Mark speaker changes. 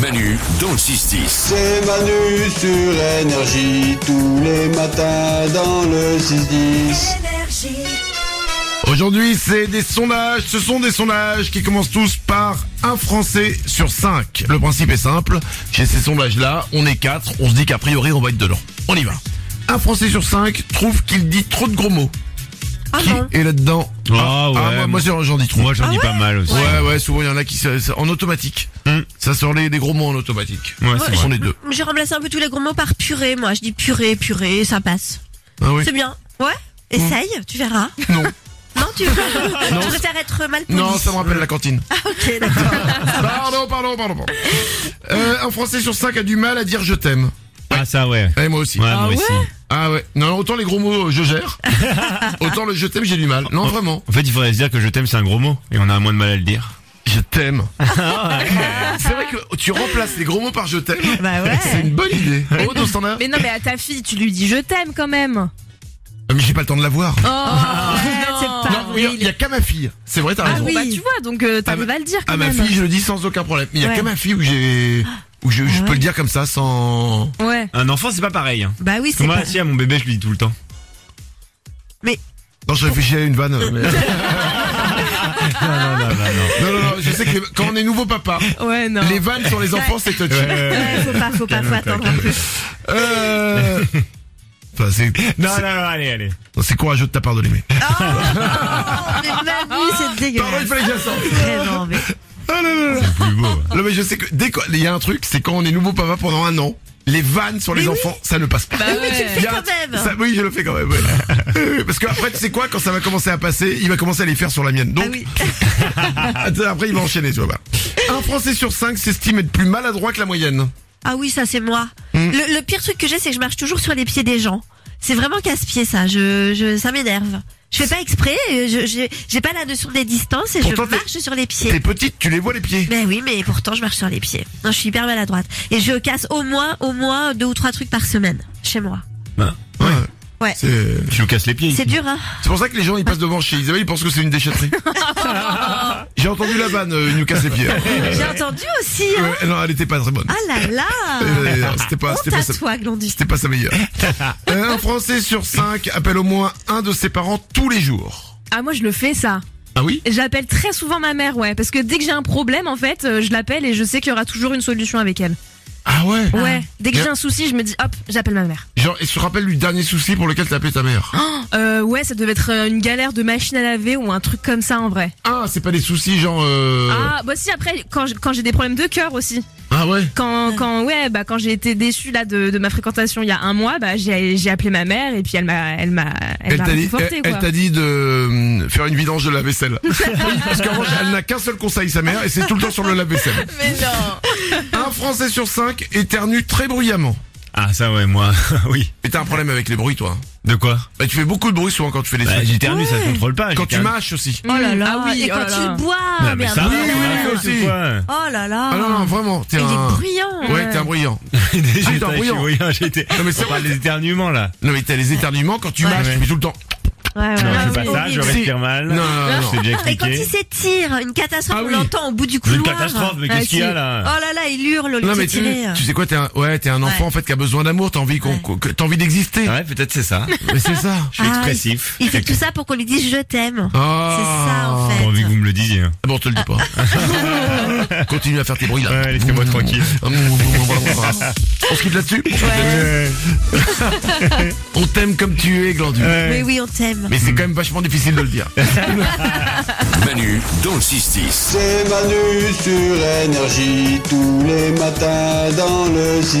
Speaker 1: Manu dans le 6-10.
Speaker 2: C'est Manu sur énergie tous les matins dans le 6-10.
Speaker 3: Aujourd'hui, c'est des sondages. Ce sont des sondages qui commencent tous par un Français sur cinq. Le principe est simple. Chez ces sondages-là, on est quatre. On se dit qu'a priori, on va être dedans. On y va. Un Français sur cinq trouve qu'il dit trop de gros mots. qui est là-dedans
Speaker 4: Ah ouais,
Speaker 3: moi, moi, j'en j'en dis trop.
Speaker 4: Moi j'en dis pas mal aussi.
Speaker 3: Ouais, ouais, souvent il y en a qui se- se- en automatique. Ça sort les, des gros mots en automatique.
Speaker 4: Hmm. Ouais, c'est
Speaker 3: Ce sont
Speaker 4: vrai.
Speaker 3: les deux.
Speaker 5: J'ai remplacé un peu tous les gros mots par purée, moi. Je dis purée, purée, ça passe.
Speaker 3: Ah oui.
Speaker 5: C'est bien. Ouais Essaye, tu verras.
Speaker 3: Non.
Speaker 5: Non, tu, tu préfères être mal poli.
Speaker 3: Non, ça me rappelle la cantine.
Speaker 6: Ah,
Speaker 5: Ok, d'accord.
Speaker 3: Pardon, pardon, pardon. pardon. Euh, un Français sur cinq a du mal à dire je t'aime.
Speaker 4: Ah ça ouais.
Speaker 3: Et moi aussi.
Speaker 4: Ouais, moi aussi.
Speaker 3: Ah ouais. Non, autant les gros mots euh, je gère, autant le je t'aime j'ai du mal. Non vraiment.
Speaker 4: En fait, il faudrait se dire que je t'aime, c'est un gros mot. Et on a moins de mal à le dire.
Speaker 3: Je t'aime. c'est vrai que tu remplaces les gros mots par je t'aime.
Speaker 5: bah ouais.
Speaker 3: C'est une bonne idée. Oh non, standard.
Speaker 6: Mais non, mais à ta fille, tu lui dis je t'aime quand même.
Speaker 3: Ah, Mais j'ai pas le temps de la voir.
Speaker 6: Oh, ouais,
Speaker 5: non.
Speaker 6: c'est pas.
Speaker 3: Non, il y a- il y, a qu'à ma fille. C'est vrai, t'as
Speaker 6: Ah
Speaker 3: raison.
Speaker 6: oui, bah tu vois, donc euh, t'arrives
Speaker 5: Ah,
Speaker 3: bah-
Speaker 6: à le dire quand
Speaker 3: À ma
Speaker 6: même.
Speaker 3: fille, je le dis sans aucun problème. Mais il y a
Speaker 5: Ouais.
Speaker 3: qu'à ma fille où j'ai où je, je peux le dire comme ça sans.
Speaker 6: Ouais.
Speaker 4: Un enfant, c'est pas pareil. hein.
Speaker 5: Bah oui,
Speaker 4: Parce que
Speaker 5: c'est
Speaker 4: Moi,
Speaker 5: pas...
Speaker 4: si à mon bébé, je lui dis tout le temps.
Speaker 3: Non, je réfléchis à une vanne. euh, mais-
Speaker 4: Ah, bah, bah, non.
Speaker 3: Non, non, non. Je sais que les- quand on est nouveau papa,
Speaker 6: Ouais, non.
Speaker 3: les vannes sur les enfants, c'est touchy.
Speaker 5: Ouais, faut pas, faut pas, faut attendre un peu.
Speaker 3: Euh... Enfin, c'est
Speaker 4: Non, non, non, allez, allez.
Speaker 3: c'est courageux de ta part de l'aimer.
Speaker 5: Oh, Mais Manu, c'est
Speaker 3: Pardon,
Speaker 5: dégueulasse.
Speaker 3: il fallait que je la sorte.
Speaker 5: Vraiment, mais-
Speaker 3: Ah là là là.
Speaker 4: Plus beau. ouais.
Speaker 3: Non mais je sais que dès qu'il y a un truc, c'est quand on est nouveau papa pendant un an, les vannes sur les enfants, ça ne passe pas.
Speaker 6: Bah oui, tu le
Speaker 5: fais
Speaker 3: Il y a un
Speaker 5: quand
Speaker 3: truc-
Speaker 5: même.
Speaker 3: Ah ça- oui, je le fais quand même. ouais. Euh, Parce qu'après, tu sais quoi, quand ça va commencer à passer, il va commencer à les faire sur la
Speaker 5: Ah
Speaker 3: mienne. Donc, après, il va enchaîner, tu vois. bah. Un Français sur cinq s'estime être plus maladroit que la moyenne.
Speaker 5: Ah oui, ça c'est moi.
Speaker 3: Mm.
Speaker 5: Le, le pire truc que j'ai, c'est que je marche toujours sur les pieds des gens. C'est vraiment casse-pied ça. Je, je, ça m'énerve. Je fais pas exprès. euh, Je, j'ai- j'ai pas la notion des distances et
Speaker 3: Pourtant,
Speaker 5: je
Speaker 3: t'es-
Speaker 5: marche sur les pieds.
Speaker 3: T'es petite, tu les vois les pieds.
Speaker 5: Mais oui, mais pourtant je marche sur les pieds. Non, je suis hyper maladroite et je casse au moins, au moins deux ou trois trucs par semaine chez moi.
Speaker 3: Ouais.
Speaker 5: Ouais.
Speaker 3: C'est
Speaker 4: Je lui casse les pieds.
Speaker 5: C'est dur, hein
Speaker 3: c'est pour ça que les gens ils passent devant chez Isabelle, ils pensent que c'est une déchetterie. J'ai entendu la vanne, euh, il nous casse les pieds.
Speaker 5: J'ai entendu aussi. Hein
Speaker 3: Euh, non, elle était pas très bonne.
Speaker 5: ah là là.
Speaker 3: Euh, C'était pas,
Speaker 5: Honte
Speaker 3: c'était pas
Speaker 5: à
Speaker 3: ça.
Speaker 5: toi, Glandus.
Speaker 3: C'était pas sa meilleure. Euh, un Français sur cinq appelle au moins un de ses parents tous les jours.
Speaker 6: Ah, moi, je le fais ça.
Speaker 3: Ah oui
Speaker 6: J'appelle très souvent ma mère, ouais. Parce que dès que j'ai un problème, en fait, euh, je l'appelle et je sais qu'il y aura toujours une solution avec elle.
Speaker 3: Ah ouais
Speaker 6: Ouais. Dès que
Speaker 3: Bien.
Speaker 6: j'ai un souci, je me dis hop, j'appelle ma mère.
Speaker 3: Genre, et tu te rappelles du dernier souci pour lequel t'as appelé ta mère
Speaker 6: Euh, ouais, ça devait être euh, une galère de machine à laver ou un truc comme ça en vrai.
Speaker 3: Ah, c'est pas des soucis genre... euh,
Speaker 6: Ah, bah si, après, quand j'- quand j'ai des problèmes de cœur aussi.
Speaker 3: ah ouais
Speaker 6: Quand, quand, ouais, bah, quand j'ai été déçue là, de, de ma fréquentation il y a un mois, bah, j'ai j'ai appelé ma mère et puis elle m'a elle m'a elle m'a
Speaker 3: t'a dit,
Speaker 6: réconfortée,
Speaker 3: elle- elle
Speaker 6: quoi.
Speaker 3: t'a dit de euh, faire une vidange de la vaisselle. Parce qu'en revanche, elle n'a qu'un seul conseil, sa mère, et c'est tout le temps sur le lave-vaisselle.
Speaker 6: Mais non
Speaker 3: Un Français sur cinq éternue très bruyamment.
Speaker 4: Ah, ça ouais, moi. oui.
Speaker 3: Mais t'as un problème avec les bruits, toi. hein.
Speaker 4: De quoi
Speaker 3: Bah, tu fais beaucoup de bruit souvent quand tu fais des
Speaker 4: bah,
Speaker 3: trucs.
Speaker 4: J'éternue, ça se contrôle pas.
Speaker 3: Quand tu
Speaker 4: j'éternue.
Speaker 3: mâches aussi.
Speaker 5: Oh là là.
Speaker 6: Ah oui,
Speaker 5: et
Speaker 6: oh
Speaker 5: quand
Speaker 6: là là.
Speaker 5: tu bois.
Speaker 4: Non, mais
Speaker 5: merde.
Speaker 4: ça va,
Speaker 3: Oui,
Speaker 4: on
Speaker 3: oui,
Speaker 4: arrête
Speaker 3: oui,
Speaker 4: aussi.
Speaker 3: aussi.
Speaker 4: quoi.
Speaker 5: Oh là là.
Speaker 3: hein, Ah non, non, vraiment, t'es
Speaker 5: Il
Speaker 3: un...
Speaker 5: est bruyant.
Speaker 3: Ouais, t'es un bruyant.
Speaker 4: J'étais
Speaker 3: t'es un
Speaker 4: avec
Speaker 3: brouillon.
Speaker 4: Chirurgien, j'étais-
Speaker 3: Non, mais c'est
Speaker 4: On parle des éternuements là.
Speaker 3: Non mais t'as les éternuements quand tu
Speaker 5: Ouais.
Speaker 3: mâches,
Speaker 4: Ouais.
Speaker 3: tu fais tout le temps.
Speaker 5: Ouais, ouais, ouais,
Speaker 4: Non, je fais pas
Speaker 5: horrible.
Speaker 4: ça, je
Speaker 3: Si.
Speaker 4: respire mal.
Speaker 3: Non, non, non.
Speaker 4: Je t'ai déjà
Speaker 5: Et quand il
Speaker 4: expliqué.
Speaker 5: s'étire, une catastrophe,
Speaker 3: Ah oui.
Speaker 5: on l'entend au bout du couloir.
Speaker 4: Une catastrophe, mais
Speaker 6: Ah,
Speaker 4: qu'est-ce qu'il y a
Speaker 6: si.
Speaker 5: Oh
Speaker 4: là
Speaker 5: là là, il hurle, le
Speaker 3: Non mais tu,
Speaker 5: tétiné.
Speaker 3: tu sais quoi, t'es un, ouais, t'es un enfant
Speaker 5: Ouais.
Speaker 3: en fait qui a besoin d'amour, t'as envie qu'on,
Speaker 5: Ouais.
Speaker 3: qu'on- que- t'as envie d'exister.
Speaker 4: Ouais, peut-être c'est ça.
Speaker 3: Mais c'est ça.
Speaker 4: Je suis
Speaker 5: Ah,
Speaker 4: expressif.
Speaker 5: Il fait tout ça pour qu'on lui dise je t'aime. C'est ça, en
Speaker 4: J'ai
Speaker 5: fait.
Speaker 4: envie que vous me le disiez. hein.
Speaker 3: Ah Bon, on te le dis pas. Continue à faire tes bruits là. Mmh.
Speaker 4: Ouais, laissez-moi tranquille.
Speaker 3: on se quitte là-dessus. On t'aime comme tu es, Glandu.
Speaker 5: Mais oui, on t'aime.
Speaker 3: Mais c'est quand même vachement difficile de le dire.
Speaker 1: Manu dans le 6-10.
Speaker 2: C'est Manu sur énergie tous les matins dans le 6-10.